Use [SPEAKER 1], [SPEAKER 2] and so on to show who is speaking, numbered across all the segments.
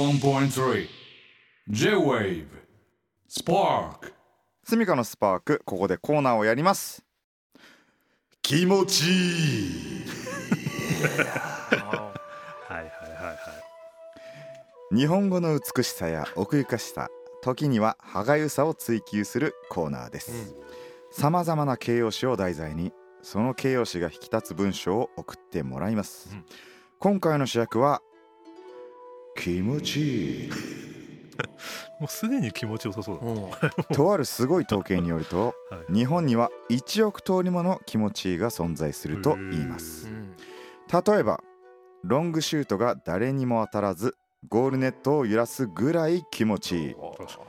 [SPEAKER 1] 81.3 J-Wave Spark
[SPEAKER 2] スミカのスパークここでコーナーをやります気持ちいい
[SPEAKER 3] はいはいはいはい。
[SPEAKER 2] 日本語の美しさや奥ゆかしさ時には歯がゆさを追求するコーナーですさまざまな形容詞を題材にその形容詞が引き立つ文章を送ってもらいます、
[SPEAKER 1] うん
[SPEAKER 2] 今回の主役は気持ちいい
[SPEAKER 3] もうすでに気持ちよさそうだ。
[SPEAKER 2] とあるすごい統計によると
[SPEAKER 3] はい
[SPEAKER 2] 日本には1億通りもの気持ちいいが存在すると言います例えばロングシュートが誰にも当たらずゴールネットを揺らすぐらい気持ちいい
[SPEAKER 3] 確か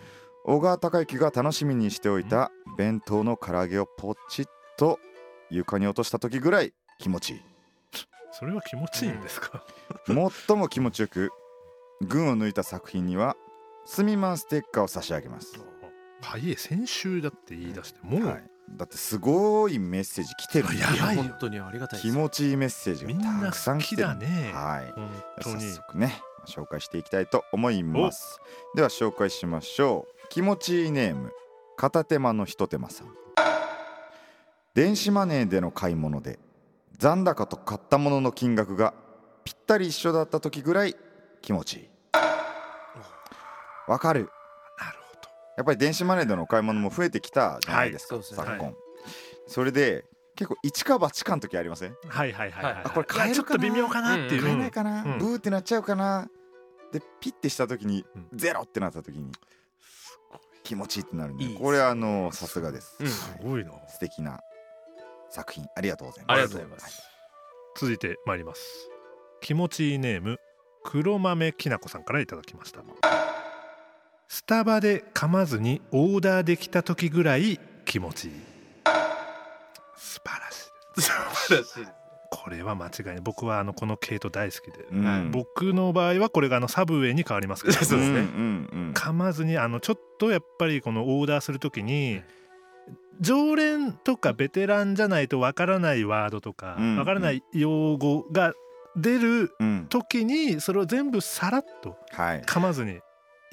[SPEAKER 2] 小川隆之が楽しみにしておいた弁当の唐揚げをポチッと床に落とした時ぐらい気持ちいい
[SPEAKER 3] にそれは気持ちいいんですか。
[SPEAKER 2] 最も気持ちよく群を抜いた作品にはスミマンステッカーを差し上げます、
[SPEAKER 3] はいえ、先週だって言い出して、もう、
[SPEAKER 2] はい、だってすごいメッセージ来てるんだよ
[SPEAKER 3] やばいよ
[SPEAKER 4] 本当にありがたいで
[SPEAKER 2] 気
[SPEAKER 4] す。
[SPEAKER 2] 持ちいいメッセージ
[SPEAKER 3] み
[SPEAKER 2] が
[SPEAKER 3] ん
[SPEAKER 2] た
[SPEAKER 3] な
[SPEAKER 2] くさん
[SPEAKER 3] 好
[SPEAKER 2] 来て
[SPEAKER 3] き
[SPEAKER 2] る
[SPEAKER 3] だね。
[SPEAKER 2] はい
[SPEAKER 3] 本当
[SPEAKER 2] 早
[SPEAKER 3] に。
[SPEAKER 2] 速ね紹介していきたいと思いますでは紹介しましょう気持ちいいネーム片手間のひと手間さん電子マネーでの買い物で残高と買ったものの金額がぴったり一緒だった時ぐらい気持ちいいわかる
[SPEAKER 3] なるほど。
[SPEAKER 2] やっぱり電子マネーでの買い物も増えてきたじゃないですか、
[SPEAKER 4] はいそうです
[SPEAKER 2] 昨
[SPEAKER 4] ね
[SPEAKER 2] 今、それで結構一か八かの時ありません
[SPEAKER 3] はいはいはいはい。
[SPEAKER 4] はい
[SPEAKER 2] あこれ買え
[SPEAKER 3] いやちょ
[SPEAKER 2] る
[SPEAKER 3] っ
[SPEAKER 2] かな
[SPEAKER 3] と微妙かなっていう。
[SPEAKER 4] うん
[SPEAKER 2] 買えないかな、
[SPEAKER 3] うん
[SPEAKER 2] ブーってなっちゃうかなでピッてした時に、
[SPEAKER 3] うん
[SPEAKER 2] ゼロってなった時に気持ちいいってなるんで
[SPEAKER 4] いいですね
[SPEAKER 2] これはあのさすがです、
[SPEAKER 4] うん
[SPEAKER 3] すごいな。
[SPEAKER 2] 素敵な作品ありがとうございます
[SPEAKER 4] ありがとうございます。
[SPEAKER 3] 続いて参ります。気持ちいいネーム、黒豆きなこさんからいただきました。スタバで噛まずにオーダーできた時ぐらい気持ちいい。素晴らしいです。これは間違いない僕はあのこの系統大好きで、
[SPEAKER 2] うん
[SPEAKER 4] はい
[SPEAKER 3] 僕の場合はこれがあのサブウェイに変わりますけど
[SPEAKER 4] そうです
[SPEAKER 2] んう
[SPEAKER 4] ね
[SPEAKER 2] ん
[SPEAKER 3] 噛まずにあのちょっとやっぱりこのオーダーする時に常連とかベテランじゃないとわからないワードとか
[SPEAKER 2] うん
[SPEAKER 3] わからない用語が出る
[SPEAKER 2] うんうん
[SPEAKER 3] 時にそれを全部さらっと
[SPEAKER 2] はい
[SPEAKER 3] 噛まずに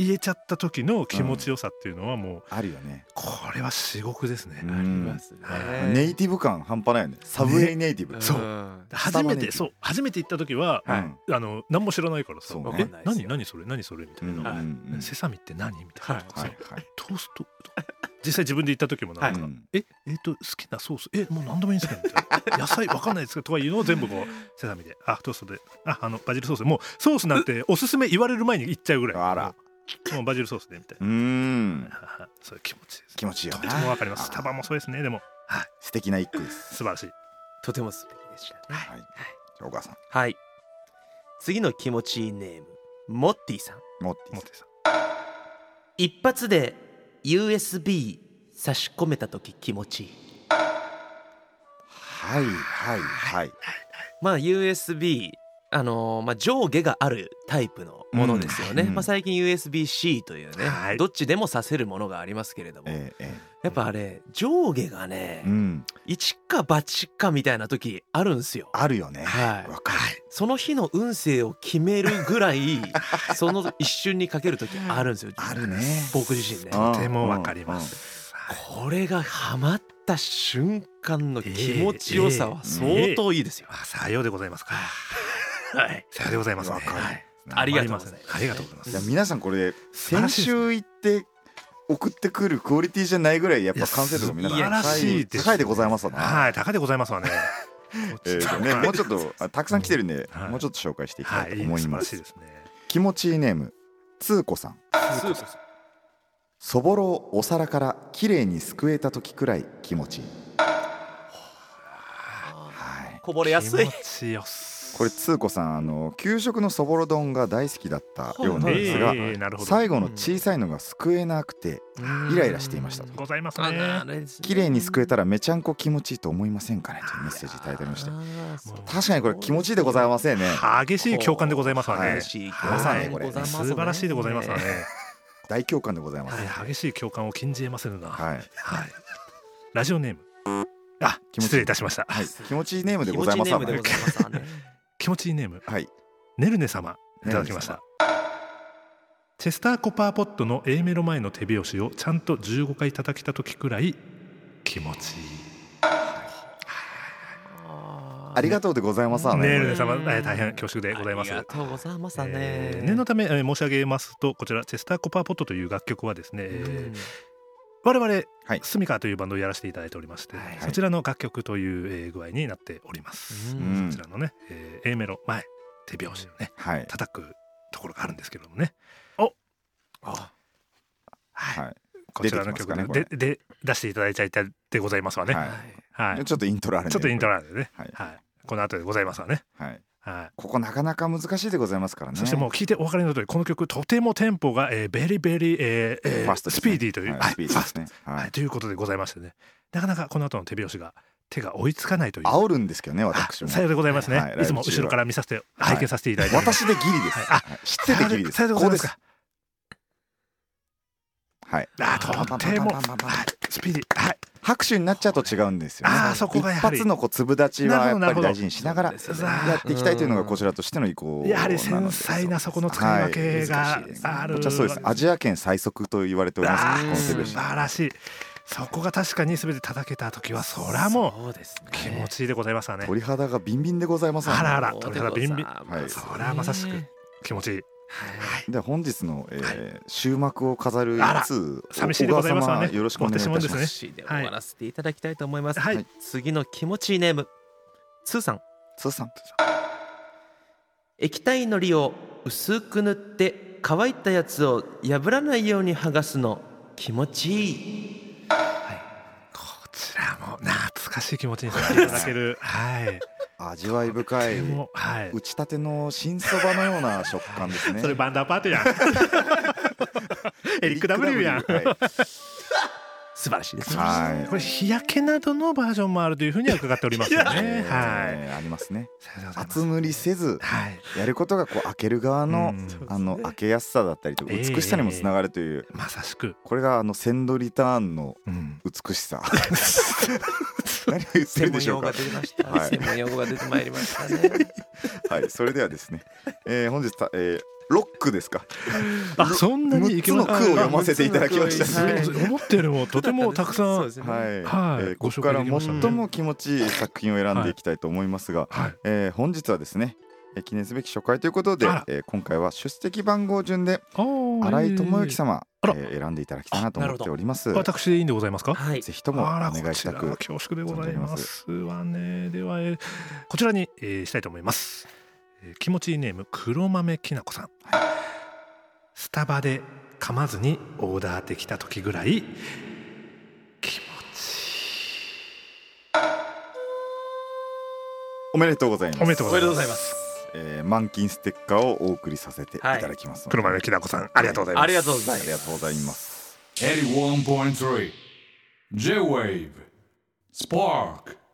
[SPEAKER 3] 言えちゃった時の気持ちよさっていうのはもう
[SPEAKER 2] あるよね、
[SPEAKER 3] これは至極ですね。
[SPEAKER 2] うん
[SPEAKER 4] ありますね。
[SPEAKER 3] はい
[SPEAKER 2] ネイティブ感半端ないよねサブウェイネイティブ、
[SPEAKER 4] うん
[SPEAKER 3] そう
[SPEAKER 4] うん
[SPEAKER 3] 初め
[SPEAKER 2] スタバネイティ
[SPEAKER 3] て
[SPEAKER 2] ブ
[SPEAKER 3] そう初めて行った時は、
[SPEAKER 2] はい
[SPEAKER 3] あの何も知らないからさ「
[SPEAKER 2] そうね
[SPEAKER 3] え
[SPEAKER 4] わかんないです
[SPEAKER 3] 何
[SPEAKER 4] よ
[SPEAKER 3] 何それ何それ」みた
[SPEAKER 2] う
[SPEAKER 3] い
[SPEAKER 2] んうん
[SPEAKER 3] な
[SPEAKER 2] う
[SPEAKER 4] はい
[SPEAKER 2] ん
[SPEAKER 3] セサミって何?」みたいな、
[SPEAKER 2] はいはい
[SPEAKER 3] トースト とか実際自分で言った時もなんか「
[SPEAKER 2] はいうん
[SPEAKER 3] ええっ、と好きなソースえもう何でもいいんですか?」みたいな 「野菜わかんないですか?」とかいうのを全部こうセサミで「あトーストでああのバジルソースでもうソースな んておすすめ言われる前に言っちゃうぐらい
[SPEAKER 2] あら
[SPEAKER 3] もうバジルソースで」みたいうな、
[SPEAKER 2] ん
[SPEAKER 3] はいはいそういう気持ちいいです
[SPEAKER 2] 気持ちいいよ
[SPEAKER 3] とても
[SPEAKER 2] な
[SPEAKER 3] わかりますスタバもそうですねでも
[SPEAKER 2] 素敵な一句です
[SPEAKER 3] 素晴らしい
[SPEAKER 4] とても素敵でしたね。
[SPEAKER 2] はいじゃあお母さん
[SPEAKER 4] はい。次の気持ちいいネーム、モッティさん。
[SPEAKER 2] 持っていい
[SPEAKER 3] モ
[SPEAKER 2] です
[SPEAKER 3] テさん
[SPEAKER 4] 一発で USB 差し込めた時気持ちいい。
[SPEAKER 2] はいはいはい
[SPEAKER 4] まあ USB あのーまあ、上下があるタイプのものですよね、
[SPEAKER 2] うん
[SPEAKER 4] まあ、最近 USB-C というね、
[SPEAKER 3] はい
[SPEAKER 4] どっちでもさせるものがありますけれども、
[SPEAKER 2] えええ
[SPEAKER 4] やっぱあれ上下がね
[SPEAKER 2] えうん
[SPEAKER 4] 一か八かみたいな時あるんすよ
[SPEAKER 2] あるよね
[SPEAKER 4] はい
[SPEAKER 2] わかる
[SPEAKER 4] その日の運勢を決めるぐらい その一瞬にかける時あるんですよ
[SPEAKER 2] あるね
[SPEAKER 4] 僕自身ね
[SPEAKER 2] あ
[SPEAKER 3] とてもわかります、
[SPEAKER 4] これがハマった瞬間の気持ちよさは
[SPEAKER 2] え
[SPEAKER 3] えええ
[SPEAKER 4] 相当いいですよ、
[SPEAKER 3] あさようでございますか
[SPEAKER 4] はい
[SPEAKER 3] さようでございますね
[SPEAKER 2] わかる
[SPEAKER 3] はい
[SPEAKER 4] ありがとうございます
[SPEAKER 3] ねありがとうございま
[SPEAKER 2] いや
[SPEAKER 3] す
[SPEAKER 2] 皆さんこれ
[SPEAKER 3] 素晴ら
[SPEAKER 2] 先
[SPEAKER 3] しいですね
[SPEAKER 2] 週行って送ってくるクオリティじゃないぐらいやっぱ完成度がみんな
[SPEAKER 3] 素晴らしいですね
[SPEAKER 2] 高いでございますわな。
[SPEAKER 3] はい、高でございますわね。
[SPEAKER 2] えーとねもうちょっとあたくさん来てるんで
[SPEAKER 3] はい
[SPEAKER 2] もうちょっと紹介していきた
[SPEAKER 3] はいい、
[SPEAKER 2] と思い
[SPEAKER 3] 素晴
[SPEAKER 2] ま
[SPEAKER 3] らしい
[SPEAKER 2] す
[SPEAKER 3] で。すね。
[SPEAKER 2] 気持ちいいネームつーこさん。そぼろをお皿からきれいにすくえた時くらい気持ちいい。はい。
[SPEAKER 4] こぼれやすい
[SPEAKER 3] 気持ちよす
[SPEAKER 2] これつーこさんあの給食のそぼろ丼が大好きだったようなん
[SPEAKER 4] え
[SPEAKER 2] です
[SPEAKER 4] え
[SPEAKER 2] が
[SPEAKER 3] ええなるほど。
[SPEAKER 2] 最後の小さいのがすくえなくて
[SPEAKER 4] うん
[SPEAKER 2] イライラしていましたと
[SPEAKER 3] ございます
[SPEAKER 4] あ
[SPEAKER 3] ね
[SPEAKER 4] あ。れですね
[SPEAKER 2] 綺麗にすくえたらめちゃんこ気持ちいいと思いませんかねというメッセージいただいておりました
[SPEAKER 4] あーそう
[SPEAKER 3] もう
[SPEAKER 2] 確かにこれ気持ちいいでございませんね
[SPEAKER 3] 激しい共感でございますわ
[SPEAKER 2] はい
[SPEAKER 3] ね。
[SPEAKER 4] しい
[SPEAKER 2] まさにこれね
[SPEAKER 3] 素晴らしいでございますわね。
[SPEAKER 2] 大共感でございます
[SPEAKER 3] はい激しい共感を禁じ得ませぬな。
[SPEAKER 2] はい、
[SPEAKER 3] はい。ラジオネーム。あ、
[SPEAKER 2] 気持ちいい
[SPEAKER 3] 失礼いたしました。
[SPEAKER 2] はい、気持ちいいネームで
[SPEAKER 4] 気
[SPEAKER 2] ご
[SPEAKER 4] 持
[SPEAKER 2] ざ
[SPEAKER 4] ち
[SPEAKER 2] い
[SPEAKER 4] いい
[SPEAKER 2] ます
[SPEAKER 4] ネーム
[SPEAKER 2] わ
[SPEAKER 4] で
[SPEAKER 2] ね
[SPEAKER 4] ございますわね
[SPEAKER 3] 気持ちいいネーム、
[SPEAKER 2] はい
[SPEAKER 3] ねるね様いただきました。チェスターコパーポットの A メロ前の手拍子をちゃんと15回叩きた時くらい気持ちいい
[SPEAKER 2] ありがとうでございますわ
[SPEAKER 3] ね
[SPEAKER 2] ねこ
[SPEAKER 3] えル
[SPEAKER 2] れ
[SPEAKER 3] ネ様えー大変恐縮でございます
[SPEAKER 4] ありがとうございますね、
[SPEAKER 3] えー念のため、えー申し上げますとこちらチェスターコパーポットという楽曲はですね、えー
[SPEAKER 4] うん
[SPEAKER 3] 我々、
[SPEAKER 2] はい
[SPEAKER 3] スミカというバンドをやらせていただいておりまして、
[SPEAKER 4] はい
[SPEAKER 3] そちらの楽曲という、えー具合になっております、
[SPEAKER 4] うん
[SPEAKER 3] そちらのね、えー A メロ前手拍子をね
[SPEAKER 2] はい
[SPEAKER 3] 叩くところがあるんですけれどもね
[SPEAKER 4] あ
[SPEAKER 3] はい、
[SPEAKER 2] は
[SPEAKER 3] こちらの
[SPEAKER 2] 出てきます
[SPEAKER 3] 曲で,、
[SPEAKER 2] かね
[SPEAKER 3] でで出していただいちゃいたでございますわね
[SPEAKER 2] は
[SPEAKER 3] はいい、
[SPEAKER 2] いちょっとイントロあるね
[SPEAKER 3] ちょっとイントロなんでね
[SPEAKER 2] はい
[SPEAKER 3] はい、この後でございますわね
[SPEAKER 2] はい
[SPEAKER 3] はい
[SPEAKER 2] ここなかなか難しいでございますからね
[SPEAKER 3] そしてもう聞いてお分かりの通りこの曲とてもテンポが、えー、ベリベリ、えーえー
[SPEAKER 2] ファストですね
[SPEAKER 3] スピーディーという、
[SPEAKER 2] はいスピーディーですね
[SPEAKER 3] はい
[SPEAKER 2] は
[SPEAKER 3] はい、
[SPEAKER 2] い
[SPEAKER 3] ということでございましてねなかなかこの後の手拍子が手が追いつかないという
[SPEAKER 2] 煽るんですけどね私も
[SPEAKER 3] さようでございますね、
[SPEAKER 2] はい
[SPEAKER 3] い
[SPEAKER 2] はい
[SPEAKER 3] つも後ろから見させて
[SPEAKER 2] はい
[SPEAKER 3] 拝見させていただいて、
[SPEAKER 2] 私でギリです
[SPEAKER 3] あ
[SPEAKER 2] はい知っててギリです
[SPEAKER 3] さようでご
[SPEAKER 2] こ
[SPEAKER 3] ざ
[SPEAKER 2] うで
[SPEAKER 3] いま
[SPEAKER 2] すす
[SPEAKER 3] か
[SPEAKER 2] はい
[SPEAKER 3] あーとっても
[SPEAKER 2] パンパンパンパンパンパン
[SPEAKER 3] はいスピーディーはい
[SPEAKER 2] 拍手になっちゃうと違うんですよね
[SPEAKER 3] あーそこがやはり
[SPEAKER 2] 一発のこう粒立ちはやっ
[SPEAKER 3] な
[SPEAKER 2] ぱ
[SPEAKER 3] るほ
[SPEAKER 2] り
[SPEAKER 3] ど
[SPEAKER 2] 大事にしながら
[SPEAKER 4] そうです
[SPEAKER 3] さ
[SPEAKER 4] ね
[SPEAKER 2] や
[SPEAKER 3] あ
[SPEAKER 2] っていきたいというのがこちらとしての意向
[SPEAKER 3] やはり繊細なそこの使い分けがある
[SPEAKER 2] こちらそうですアジア圏最速と言われておりま
[SPEAKER 3] あ
[SPEAKER 2] す
[SPEAKER 3] ー
[SPEAKER 2] この手拍
[SPEAKER 3] 素
[SPEAKER 2] 子
[SPEAKER 3] 晴らしいそこが確かに全て叩けた時はそりゃも
[SPEAKER 4] そうですね
[SPEAKER 3] う気持ちいいでございますわね
[SPEAKER 2] 鳥肌がビンビンでございますね
[SPEAKER 3] あらあら
[SPEAKER 4] そう
[SPEAKER 3] 鳥
[SPEAKER 4] で
[SPEAKER 3] 肌
[SPEAKER 4] ござ
[SPEAKER 3] ビ
[SPEAKER 4] い
[SPEAKER 3] ンビン
[SPEAKER 4] ます
[SPEAKER 2] はい
[SPEAKER 3] そりゃまさしく気持ちいい
[SPEAKER 4] はい
[SPEAKER 2] では本日の、えー終幕を飾る
[SPEAKER 3] あら
[SPEAKER 2] 通
[SPEAKER 3] 寂しいでございますわね
[SPEAKER 2] お小川様よろしくお願いいたし
[SPEAKER 3] 終わってしまうん
[SPEAKER 2] ま
[SPEAKER 3] です
[SPEAKER 2] す
[SPEAKER 3] ね
[SPEAKER 4] 私で終わらせていただきたいと思います、
[SPEAKER 3] はい
[SPEAKER 2] はい
[SPEAKER 4] 次の気持ちいいネームつーさん
[SPEAKER 2] 通さん
[SPEAKER 4] 液体のりを薄く塗って乾いたやつを破らないように剥がすの気持ちいい
[SPEAKER 3] こちらも懐かしい気持ちにさせていただけるはい
[SPEAKER 2] 味わい深い
[SPEAKER 3] でもはい
[SPEAKER 2] 打ちたての新そばのような食感ですね
[SPEAKER 3] それバンダーパートやんエリック W やん
[SPEAKER 2] はい
[SPEAKER 4] 素晴らしいです
[SPEAKER 2] はい
[SPEAKER 3] これ日焼けなどのバージョンもあるというふうには伺っておりますよねはい
[SPEAKER 2] いありますね
[SPEAKER 3] さようでございます
[SPEAKER 2] 厚塗りせず
[SPEAKER 3] はい
[SPEAKER 2] やることがこう開ける側の
[SPEAKER 3] うん
[SPEAKER 2] あの開けやすさだったりとか
[SPEAKER 3] ええ
[SPEAKER 2] 美しさにもつながるという
[SPEAKER 3] まさしく
[SPEAKER 2] これがあのセンドリターンの
[SPEAKER 3] うん
[SPEAKER 2] 美し さ何を言ってる
[SPEAKER 4] 専
[SPEAKER 2] で
[SPEAKER 4] 門
[SPEAKER 2] しょ
[SPEAKER 4] 用
[SPEAKER 2] う
[SPEAKER 4] 語が
[SPEAKER 2] か
[SPEAKER 4] 出てました、
[SPEAKER 2] はい
[SPEAKER 4] 専門用語が出てまいりましたね
[SPEAKER 2] はいそれではですねえー本日たえーロックですか
[SPEAKER 3] あそんなに
[SPEAKER 2] 6つの句を読ませていただきました
[SPEAKER 4] せ
[SPEAKER 3] はい思ったよりもとてもたくさ
[SPEAKER 4] そうんですね
[SPEAKER 2] はい、え
[SPEAKER 3] はい
[SPEAKER 2] ーここから
[SPEAKER 3] ご紹介できましたね
[SPEAKER 2] 最も気持ちいい作品を選んでいきたいと思いますが、
[SPEAKER 3] はい
[SPEAKER 2] えー本日はですね、えー記念すべき初回ということで
[SPEAKER 3] あら、
[SPEAKER 2] えー今回は出席番号順で
[SPEAKER 3] 新
[SPEAKER 2] 新井智之様、
[SPEAKER 3] あ
[SPEAKER 2] え
[SPEAKER 3] ら
[SPEAKER 2] ー選んでいただきたいなと思っております。
[SPEAKER 3] 私でいいんでございますか
[SPEAKER 4] はい
[SPEAKER 2] ぜひともお願いした
[SPEAKER 3] あら
[SPEAKER 2] く
[SPEAKER 3] こちらは恐縮でございますわねでは、えーこちらに、えーしたいと思います、えー気持ちいいネーム黒豆きなこさん、スタバで噛まずにオーダーできた時ぐらい気持ち
[SPEAKER 2] おめでとうございます。
[SPEAKER 3] おめでとうございます
[SPEAKER 2] えー満金ステッカーをお送りさせていただきますので、
[SPEAKER 3] 黒豆きなこさんありがとうございます
[SPEAKER 4] ありがとうござい
[SPEAKER 2] ありがとうございます。
[SPEAKER 1] 81.3 J-Wave Spark